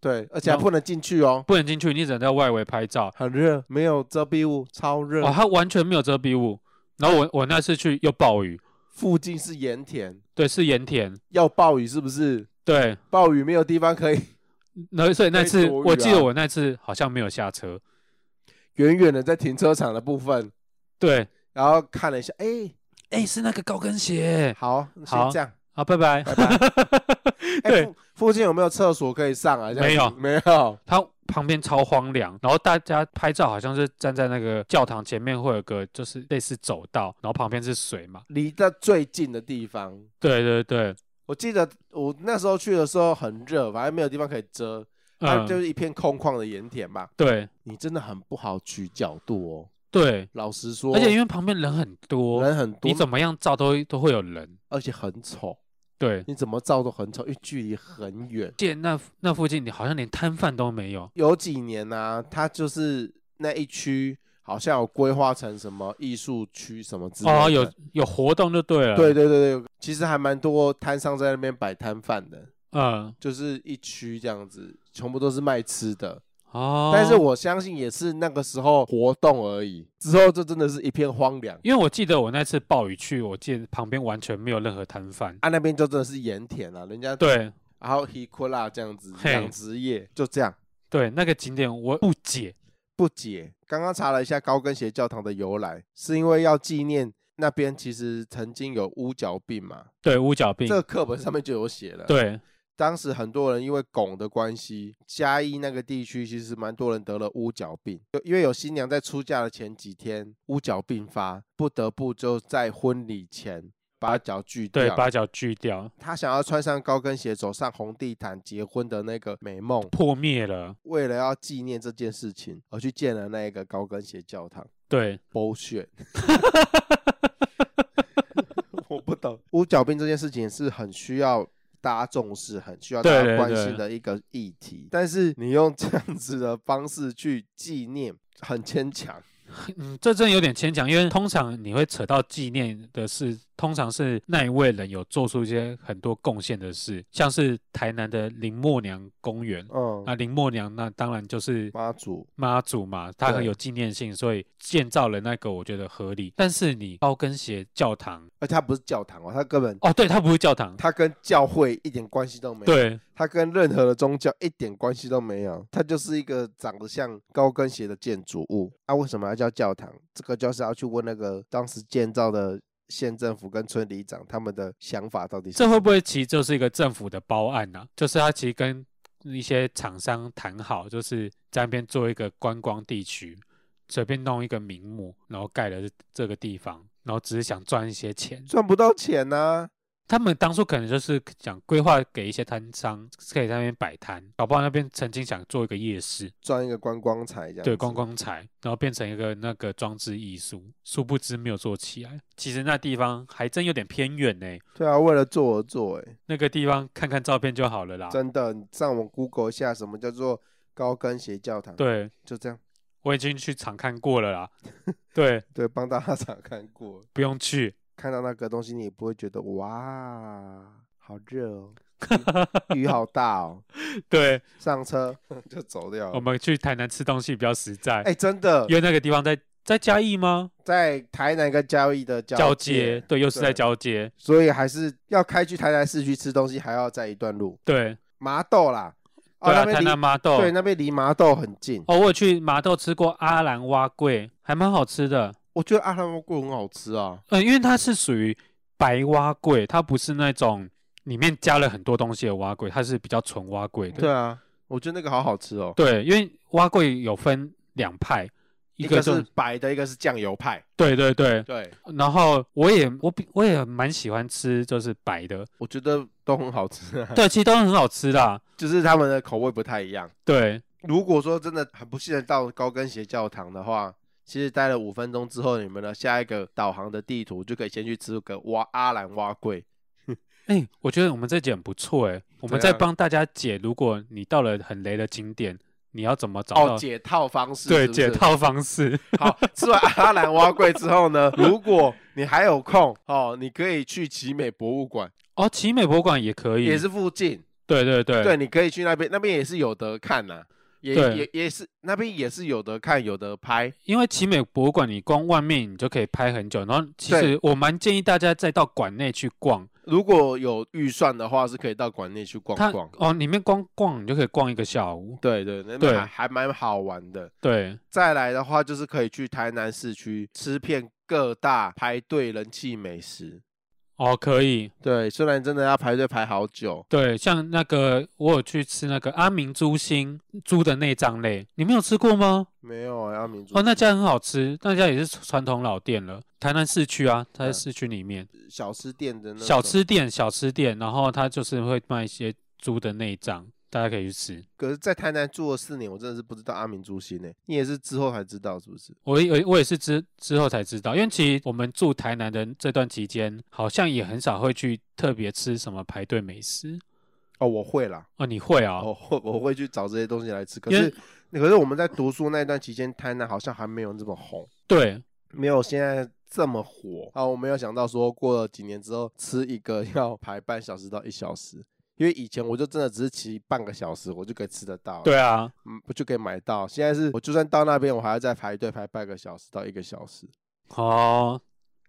S2: 对，而且还
S1: 那
S2: 不能进去哦，
S1: 不能进去，你只能在外围拍照。
S2: 很热，没有遮蔽物，超热。
S1: 哦，它完全没有遮蔽物。然后我我那次去又暴雨，
S2: 附近是盐田，
S1: 对，是盐田，
S2: 要暴雨是不是？
S1: 对。
S2: 暴雨没有地方可以，
S1: 然后所以那
S2: 可以
S1: 次、
S2: 躲雨
S1: 我记得
S2: 啊
S1: 我那次好像没有下车，
S2: 远远的在停车场的部分，
S1: 对。
S2: 然后看了一下，哎、
S1: 哎，是那个高跟鞋。
S2: 好，
S1: 好
S2: 先这样，
S1: 好，拜拜。
S2: 拜拜。哎
S1: 对
S2: 附附近有没有厕所可以上啊？这样
S1: 没有
S2: 子 没有。
S1: 它旁边超荒凉，然后大家拍照好像是站在那个教堂前面，会有个就是类似走道，然后旁边是水嘛。
S2: 离的最近的地方，
S1: 对对对，
S2: 我记得我那时候去的时候很热，反正没有地方可以遮，它
S1: 嗯，
S2: 啊就是一片空旷的盐田嘛。
S1: 对
S2: 你真的很不好取角度哦。
S1: 对，
S2: 老实说，
S1: 而且因为旁边人很多，
S2: 人很多，
S1: 你怎么样照都都会有人。
S2: 而且很丑，
S1: 对，
S2: 你怎么照都很丑，因为距离很远。
S1: 见那那附近你好像连摊贩都没有。
S2: 有几年呢、啊，它就是那一区好像有规划成什么艺术区什么之类的。
S1: 哦，有有活动就对了。
S2: 对，对对对，其实还蛮多摊商在那边摆摊贩的，
S1: 嗯，
S2: 就是一区这样子，全部都是卖吃的。
S1: 哦，
S2: 但是我相信也是那个时候活动而已，之后就真的是一片荒凉。
S1: 因为我记得我那次暴雨去，我见旁边完全没有任何摊贩。
S2: 啊，那边就真的是盐田啊，人家
S1: 对
S2: 然后 h i k u l a 这样子
S1: 嘿
S2: 养殖业就这样。
S1: 对，那个景点我不解。
S2: 不解。刚刚查了一下高跟鞋教堂的由来，是因为要纪念那边其实曾经有乌脚病嘛，
S1: 对，乌角病
S2: 这。个课本上面就有写了。，
S1: 对，
S2: 当时很多人因为汞的关系，嘉义那个地区其实蛮多人得了乌脚病，就因为有新娘在出嫁的前几天乌脚病发，不得不就在婚礼前把脚锯
S1: 对，
S2: 掉。
S1: 把脚锯掉，
S2: 她想要穿上高跟鞋走上红地毯结婚的那个美梦，
S1: 破灭了。
S2: 为了要纪念这件事情而去建了那一个高跟鞋教堂。
S1: 对，
S2: bullshit。我不懂，乌脚病这件事情是很需要大家重视、很需要大
S1: 对
S2: 家
S1: 对
S2: 关
S1: 对
S2: 心的一个议题。但是你用这样子的方式去纪念，很牵强。
S1: 嗯，这真的有点牵强，因为通常你会扯到纪念的事，通常是那一位人有做出一些很多贡献的事，像是台南的林默娘公园。
S2: 嗯，
S1: 那林默娘，那当然就是
S2: 妈祖
S1: 妈祖嘛，她很
S2: 对
S1: 有纪念性，所以建造了那个，我觉得合理。但是你高跟鞋教堂，
S2: 而且它不是教堂哦，它根本
S1: 哦，对，它不是教堂，
S2: 它跟教会一点关系都没有，
S1: 对
S2: 它跟任何的宗教一点关系都没有，它就是一个长得像高跟鞋的建筑物。啊，为什么要叫教堂？这个就是要去问那个当时建造的县政府跟村里长他们的想法到底是什
S1: 这
S2: 么。
S1: 会不会其实就是一个政府的包案呢、啊？就是他其实跟一些厂商谈好，就是在那边做一个观光地区，随便弄一个名目，然后盖了这个地方，然后只是想赚一些钱。
S2: 赚不到钱呐、
S1: 他们当初可能就是想规划给一些摊商可以在那边摆摊，搞不好那边曾经想做一个夜市，
S2: 赚一个观光财这样。
S1: 对，观。光财，然后变成一个那个装置艺术，殊不知没有做起来。其实那地方还真有点偏远呢、
S2: 对啊，为了做而做、欸，
S1: 那个地方看看照片就好了啦。
S2: 真的，你上网 Google 一下什么叫做高跟鞋教堂，，
S1: 对，
S2: 就这样。
S1: 我已经去场看过了 啦。对，
S2: 对，帮大家 查看过，
S1: 不用去。
S2: 看到那个东西，你也不会觉得哇，好热哦，雨雨好大哦。
S1: 对，
S2: 上车 就走掉
S1: 我
S2: 了。
S1: 们去台南吃东西比较实在，
S2: 哎、真的
S1: 因，为那个地方在在嘉义吗？
S2: 在台南跟嘉义的交
S1: 交
S2: 界
S1: 接，对，又是在
S2: 对
S1: 交接，
S2: 所以还是要开去台南市区吃东西，还要再一段路。
S1: 对，
S2: 麻豆啦，哦，
S1: 对啊，
S2: 那边
S1: 台
S2: 离
S1: 南麻豆，
S2: 对那边离麻豆很近。
S1: 哦，我有去麻豆吃过阿兰蛙桂，还蛮好吃的。
S2: 我觉得阿拉木锅很好吃啊，
S1: 嗯，因为它是属于白蛙桂，它不是那种里面加了很多东西的蛙桂，它是比较纯蛙桂的。
S2: 对啊，我觉得那个好好吃哦。
S1: 对，因为蛙桂有分两派，一
S2: 一
S1: 个
S2: 个
S1: 就是
S2: 白的，一个是酱油派。
S1: 对对对，
S2: 对，
S1: 然后我也我比我也蛮喜欢吃就是白的，
S2: 我觉得都很好吃、啊，
S1: 对，其实都很好吃啦。
S2: 就是他们的口味不太一样。
S1: 对，
S2: 如果说真的很不幸的到高跟鞋教堂的话，其实待了五分钟之后，你们的下一个导航的地图就可以先去吃个挖阿兰蛙贵，
S1: 哎、我觉得我们这集很不错哎，我们
S2: 对
S1: 在
S2: 啊
S1: 帮大家解，如果你到了很雷的景点，你要怎么找到？
S2: 哦，解套方式
S1: 对，
S2: 是不
S1: 解
S2: 是。
S1: 套方式。
S2: 好，吃完 阿兰蛙贵之后呢，如果你还有空 哦，你可以去奇美博物馆，
S1: 哦，奇美博物馆也可以，
S2: 也是附近，
S1: 对对对
S2: 对，你可以去那边，那边也是有得看呐、也
S1: 对
S2: 也也是那边也是有得看，有得拍，
S1: 因为奇美博物馆，你光外面你就可以拍很久，然后其
S2: 对
S1: 实我蛮建议大家再到馆内去逛，
S2: 如果有预算的话，是可以到馆内去逛
S1: 它
S2: 逛。
S1: 哦，里面光逛你就可以逛一个下午。
S2: 对对，那
S1: 对
S2: 边还还蛮好玩的。
S1: 对
S2: 再来的话，就是可以去台南市区吃遍各大排队人气美食。
S1: 哦，可以。
S2: 对，虽然真的要排队排好久，
S1: 对，像那个我有去吃那个阿明猪心猪的内脏类，你没有吃过吗？
S2: 没有啊，要民族
S1: 哦，那家很好吃，那家也是传统老店了，台南市区啊，它在市区里面、
S2: 小吃店嗯的那
S1: 小
S2: 种。
S1: 吃店，小吃店，然后它就是会卖一些猪的内脏，大家可以去吃。
S2: 可是，在台南住了四年，我真的是不知道阿明猪心呢、你也是之后才知道是不是？
S1: 我也我也是之之后才知道，因为其实我们住台南的这段期间，好像也很少会去特别吃什么排队美食
S2: 哦，我会啦，
S1: 哦。你会啊、
S2: 我会我会去找这些东西来吃。可
S1: 因为
S2: 是，可是我们在读书那段期间，台南好像还没有这么红。
S1: 对，
S2: 没有现在这么火啊！我没有想到说过了几年之后吃一个 要排半小时到一小时，因为以前我就真的只是骑半个小时我就可以吃得到，，
S1: 对啊，
S2: 嗯，我就可以买到。现在是我就算到那边，我还要再排队排半个小时到一个小时，
S1: 哦，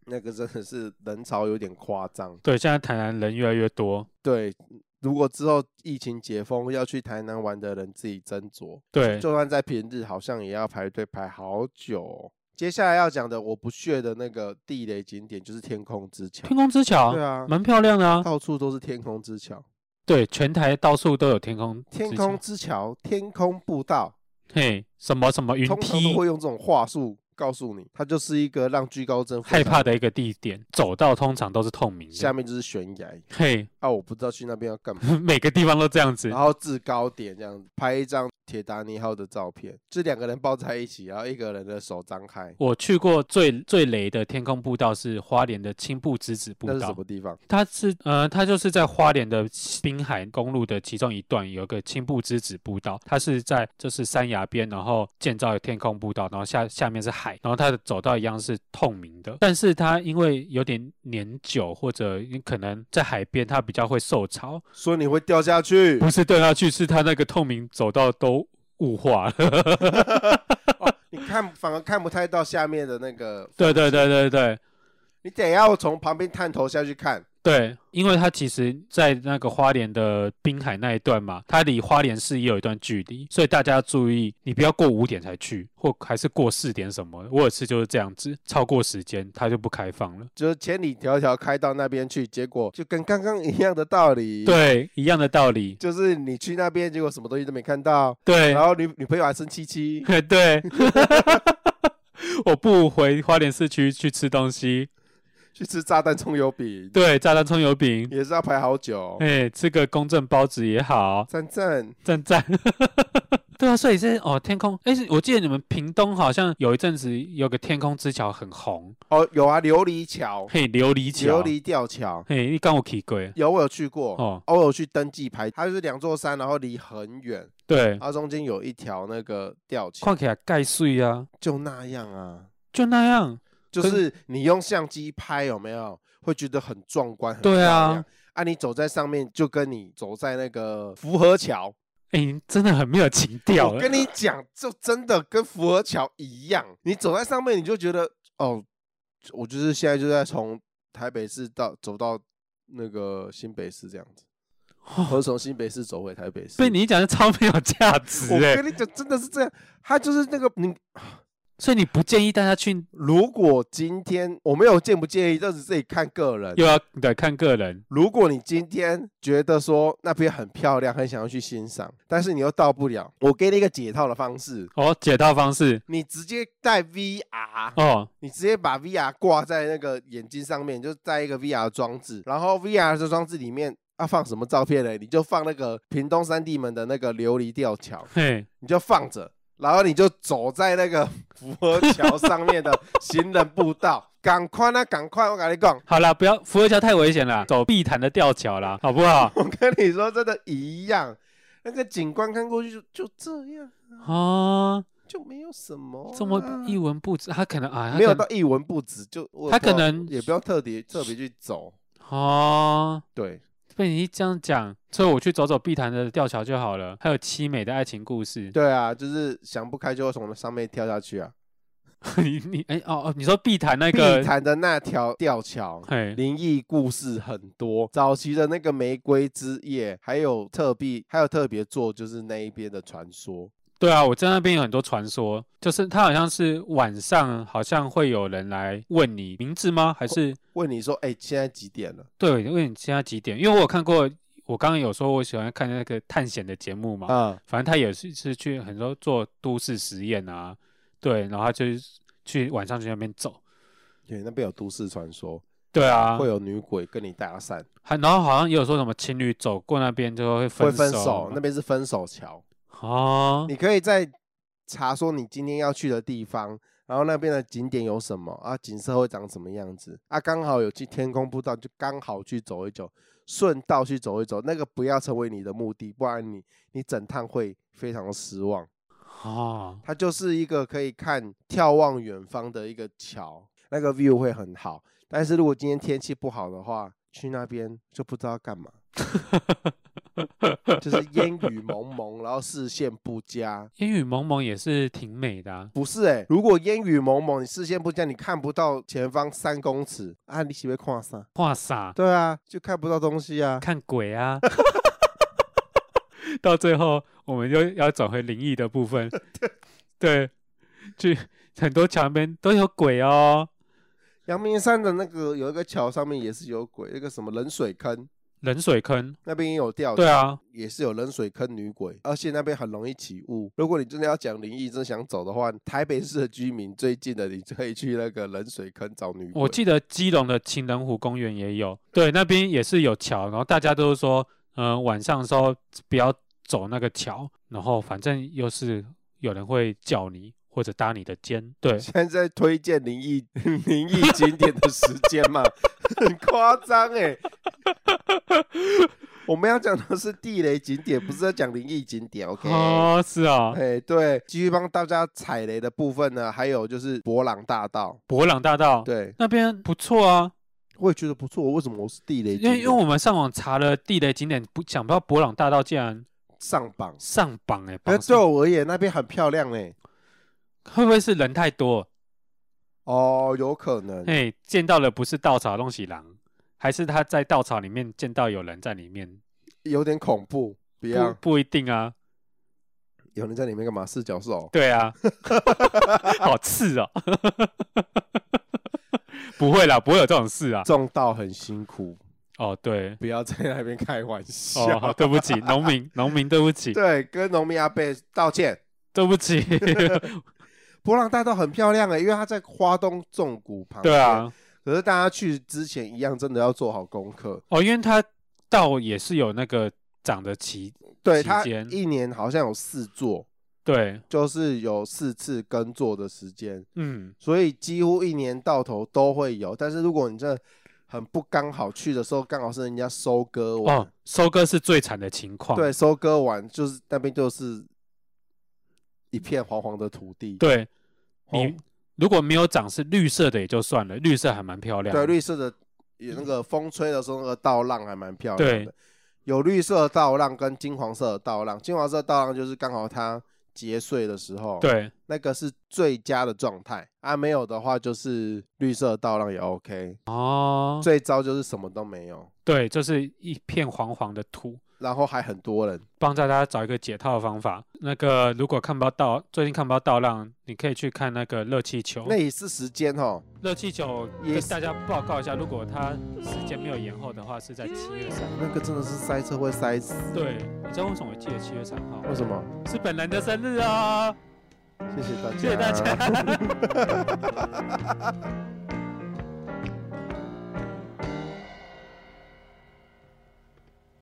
S2: 那个真的是人潮有点夸张。
S1: 对，现在台南人越来越多，
S2: 对，如果之后疫情解封要去台南玩的人自己斟酌，
S1: 对，
S2: 就算在平日好像也要排队排好久哦、接下来要讲的我不屑的那个地雷景点就是天空之桥。
S1: 天空之桥，
S2: 对啊，
S1: 蛮漂亮的啊，
S2: 到处都是天空之桥，
S1: 对，全台到处都有天空之桥，
S2: 天空之桥，天空步道，
S1: 嘿，什么什么云
S2: 通常
S1: 梯
S2: 都，会用这种话术告诉你，它就是一个让居高症
S1: 害怕的一个地点，走道通常都是透明
S2: 下
S1: 的，
S2: 面就是悬崖
S1: 嘿，
S2: 啊，我不知道去那边要干嘛，
S1: 每个地方都这样子
S2: 然，后制高点这样子拍一张铁达尼号的照片，就两个人抱在一起，然后一个人的手张开，
S1: 我去过最最雷的天空步道是花莲的青布之子步
S2: 那是什
S1: 道
S2: 么，地方？
S1: 它是呃，它就是在花莲的滨海公路的其中一段有个青布之子步道，它是在就是山崖边，然后建造的天空步道，然后下下面是海，然后它的走道一样是透明的，但是它因为有点年久或者你可能在海边它比较会受潮，
S2: 说你会掉下去
S1: 不，是掉下去，是它那个透明走道都雾化了。
S2: 你看反而看不太到下面的那个，
S1: 对对对对对。
S2: 你得要从旁边探头下去看。
S1: 对，因为它其实，在那个花莲的滨海那一段嘛，它离花莲市也有一段距离，所以大家要注意，你不要过五点才去，或还是过四点什么的。我有次就是这样子，超过时间它就不开放了。
S2: 就是千里迢迢开到那边去，结果就跟刚刚一样的道理。，
S1: 对，一样的道理。
S2: 就是你去那 边，结果什么东西都没看到，
S1: 对，
S2: 然，后女女朋友还生气气
S1: 对， 我不回花莲市区去吃东西。
S2: 去吃炸弹葱油饼，
S1: 对，炸弹葱油饼，
S2: 也是要排好久。
S1: 哎、吃个公正包子也好，
S2: 赞赞，
S1: 赞赞。 对啊，所以是哦，天空。哎，是我记得你们屏东好像有一阵子有个天空之桥很红，
S2: 哦，有啊，琉璃桥、
S1: 嘿，琉璃桥，
S2: 琉，璃吊桥，
S1: 嘿，你刚我提过，
S2: 有我有去过，
S1: 哦
S2: 哦，我有去登记排，它就是两座山，然后离很远，
S1: 对，
S2: 它中间有一条那个吊桥，
S1: 看起来盖碎啊，
S2: 就那样啊，
S1: 就那样。
S2: 就
S1: 可
S2: 是你用相机拍有没有，会觉得很壮观，很
S1: 对啊
S2: 漂亮。啊，你走在上面就跟你走在那个福和桥，
S1: 哎、你真的很没有情调
S2: 我
S1: 欸。
S2: 跟你讲，就真的跟福和桥一样，你走在上面你就觉得哦，我就是现在就在从台北市到走到那个新北市这样 子，或者从新北市走回台北市。
S1: 被你一讲就超没有价值
S2: 我
S1: 哎、
S2: 跟你讲，真的是这样，他就是那个你。
S1: 所以你不建议大家去，
S2: 如果今天我没有建不建议，这是自己看个人。
S1: 又要对看个人，
S2: 如果你今天觉得说那边很漂亮，很想要去欣赏，但是你又到不了，我给你一个解套的方式，
S1: 哦，解套方式，
S2: 你直接带 VR，
S1: 哦，
S2: 你直接把 VR 挂在那个眼睛上面，就带一个 VR 装置，然后 VR 的装置里面要、放什么照片呢？你就放那个屏东三地门的那个琉璃吊桥，
S1: 嘿，
S2: 你就放着，然后你就走在那个 福和桥上面的行人步道， 赶快啊，赶快！我跟你讲，
S1: 好啦，不要福尔桥太危险啦，走碧潭的吊桥啦，好不好？
S2: 我跟你说，真的一样，那个景观看过去就就这样，
S1: 哦，
S2: 就没有什么、啊
S1: 这么一文不值，他可能啊，他
S2: 没有
S1: 可能
S2: 到一文不值，就我也
S1: 他
S2: 不知
S1: 可
S2: 道
S1: 能
S2: 也不要特别特别去走，
S1: 哦，
S2: 对。
S1: 被你一这样讲，所以我去走走碧潭的吊桥就好了。还有凄美的爱情故事，
S2: 对啊，就是想不开就会从上面跳下去啊。
S1: 你你哎哦哦，你说碧潭那
S2: 碧
S1: 个，
S2: 潭的那条吊桥，
S1: 嘿，
S2: 灵异故事很多。早期的那个玫瑰之夜，还有特币，还有特别做就是那一边的传说。
S1: 对啊，我在那边有很多传说，就是他好像是晚上好像会有人来问你名字吗？还是
S2: 问你说，哎、现在几点了？
S1: 对问你现在几点？因为我有看过，我刚刚有说我喜欢看那个探险的节目嘛，
S2: 啊、
S1: 反正他也是是去很多做都市实验啊，对，然后他就是去晚上去那边走，
S2: 对，那边有都市传说，
S1: 对啊，
S2: 会有女鬼跟你搭讪，
S1: 还然后好像也有说什么情侣走过那边就会分
S2: 会
S1: 手，
S2: 分手。那边是分手桥，
S1: 哦，
S2: 你可以在查说你今天要去的地方，然后那边的景点有什么啊，景色会长什么样子啊，刚好有去天空步道，就刚好去走一走，顺道去走一走，那个不要成为你的目的，不然你你整趟会非常的失望。
S1: 哦，
S2: 它就是一个可以看眺望远方的一个桥，那个 view 会很好，但是如果今天天气不好的话，去那边就不知道干嘛。就是烟雨蒙蒙，然后视线不佳，
S1: 烟雨蒙蒙也是挺美的、啊，
S2: 不是哎、如果烟雨蒙蒙，你视线不佳，你看不到前方三公尺啊，你喜不喜欢看啥？
S1: 哇塞，
S2: 对啊，就看不到东西啊。
S1: 看鬼啊！ 到最后，我们又要转回灵异的部 分，对，去很多墙边都有鬼哦，
S2: 阳明山的那个有一个桥上面也是有鬼，那个什么冷水坑
S1: 冷水坑，
S2: 那边也有吊桥，
S1: 对啊，
S2: 也是有冷水坑女鬼，而且那边很容易起雾。如果你真的要讲灵异，真的想走的话，台北市的居民最近的，你就可以去那个冷水坑找女鬼。
S1: 我记得基隆的情人湖公园也有，对，那边也是有桥，然后大家都说，嗯、晚上的时候不要走那个桥，然后反正又是有人会叫你或者搭你的肩， 对，
S2: 现在在推荐灵异 灵异景点的时间嘛， 很夸 张哎。我们要讲的是地雷景点，不是在讲灵异景点 ，OK？
S1: 哦，是啊、
S2: 哎、对，继续帮大家踩雷的部分呢，还有就是博朗大道，
S1: 博朗大道，
S2: 对，
S1: 那边不错啊，
S2: 我也觉得不错。为什么我是地雷景
S1: 因为
S2: 点？
S1: 因为我们上网查了地雷景点，不想不到博朗大道竟然
S2: 上榜，
S1: 上榜哎、欸，
S2: 哎，
S1: 榜
S2: 对
S1: 上
S2: 我而言那边很漂亮欸嘞、
S1: 会不会是人太多？
S2: 哦，有可能。
S1: 哎、见到了不是稻草弄喜狼，还是他在稻草里面见到有人在里面？
S2: 有点恐怖，不
S1: 不
S2: 要
S1: 不一定啊，
S2: 有人在里面干嘛？四角兽，
S1: 对 啊，好刺哦， 不会啦，不会有这种事啊。
S2: 种稻很辛苦，
S1: 哦，对，
S2: 不要在那边开玩笑。
S1: 哦，好，对不起，农 民，农民，对不起，
S2: 对，跟农民阿伯道歉。
S1: 对不起，
S2: 波浪大道很漂亮哎、因为它在花东纵谷旁边。
S1: 对啊，
S2: 可是大家去之前一样，真的要做好功课。
S1: 哦，因为它道也是有那个长的旗，
S2: 对，
S1: 期
S2: 它
S1: 间
S2: 一年好像有四座，
S1: 对，
S2: 就是有四次耕作的时间，
S1: 嗯，
S2: 所以几乎一年到头都会有。但是如果你真的很不刚好去的时候，刚好是人家收割完，
S1: 哦，收割是最惨的情况，
S2: 对，收割完就是那边就是一片黄黄的土地，哦
S1: 对，
S2: 黄，
S1: 你如果没有长是绿色的也就算了，绿色还蛮漂亮的，
S2: 对绿色的有那个风吹的时候，那个倒浪还蛮漂亮
S1: 对
S2: 的。有绿色的倒浪跟金黄色的倒浪，金黄色的倒浪就是刚好它结穗的时候，，
S1: 对，
S2: 那个是最佳的状态啊。没有的话就是绿色的倒浪也 OK，、
S1: 哦，
S2: 最糟就是什么都没有，
S1: 对，就是一片黄黄的土。
S2: 然后还很多人。
S1: 帮大家找一个解套的方法。那个如果看不到道，最近看不到道浪，你可以去看那个热气球。
S2: 那也是时间哦，
S1: 热气球跟
S2: 也
S1: 大家报告一下，如果它时间没有延后的话，是在七月三。
S2: 那个真的是塞车会塞死。
S1: 对，你知道为什么我记得七月三号？
S2: 为什么？
S1: 是本人的生日哦。
S2: 谢谢大家，
S1: 谢谢大家。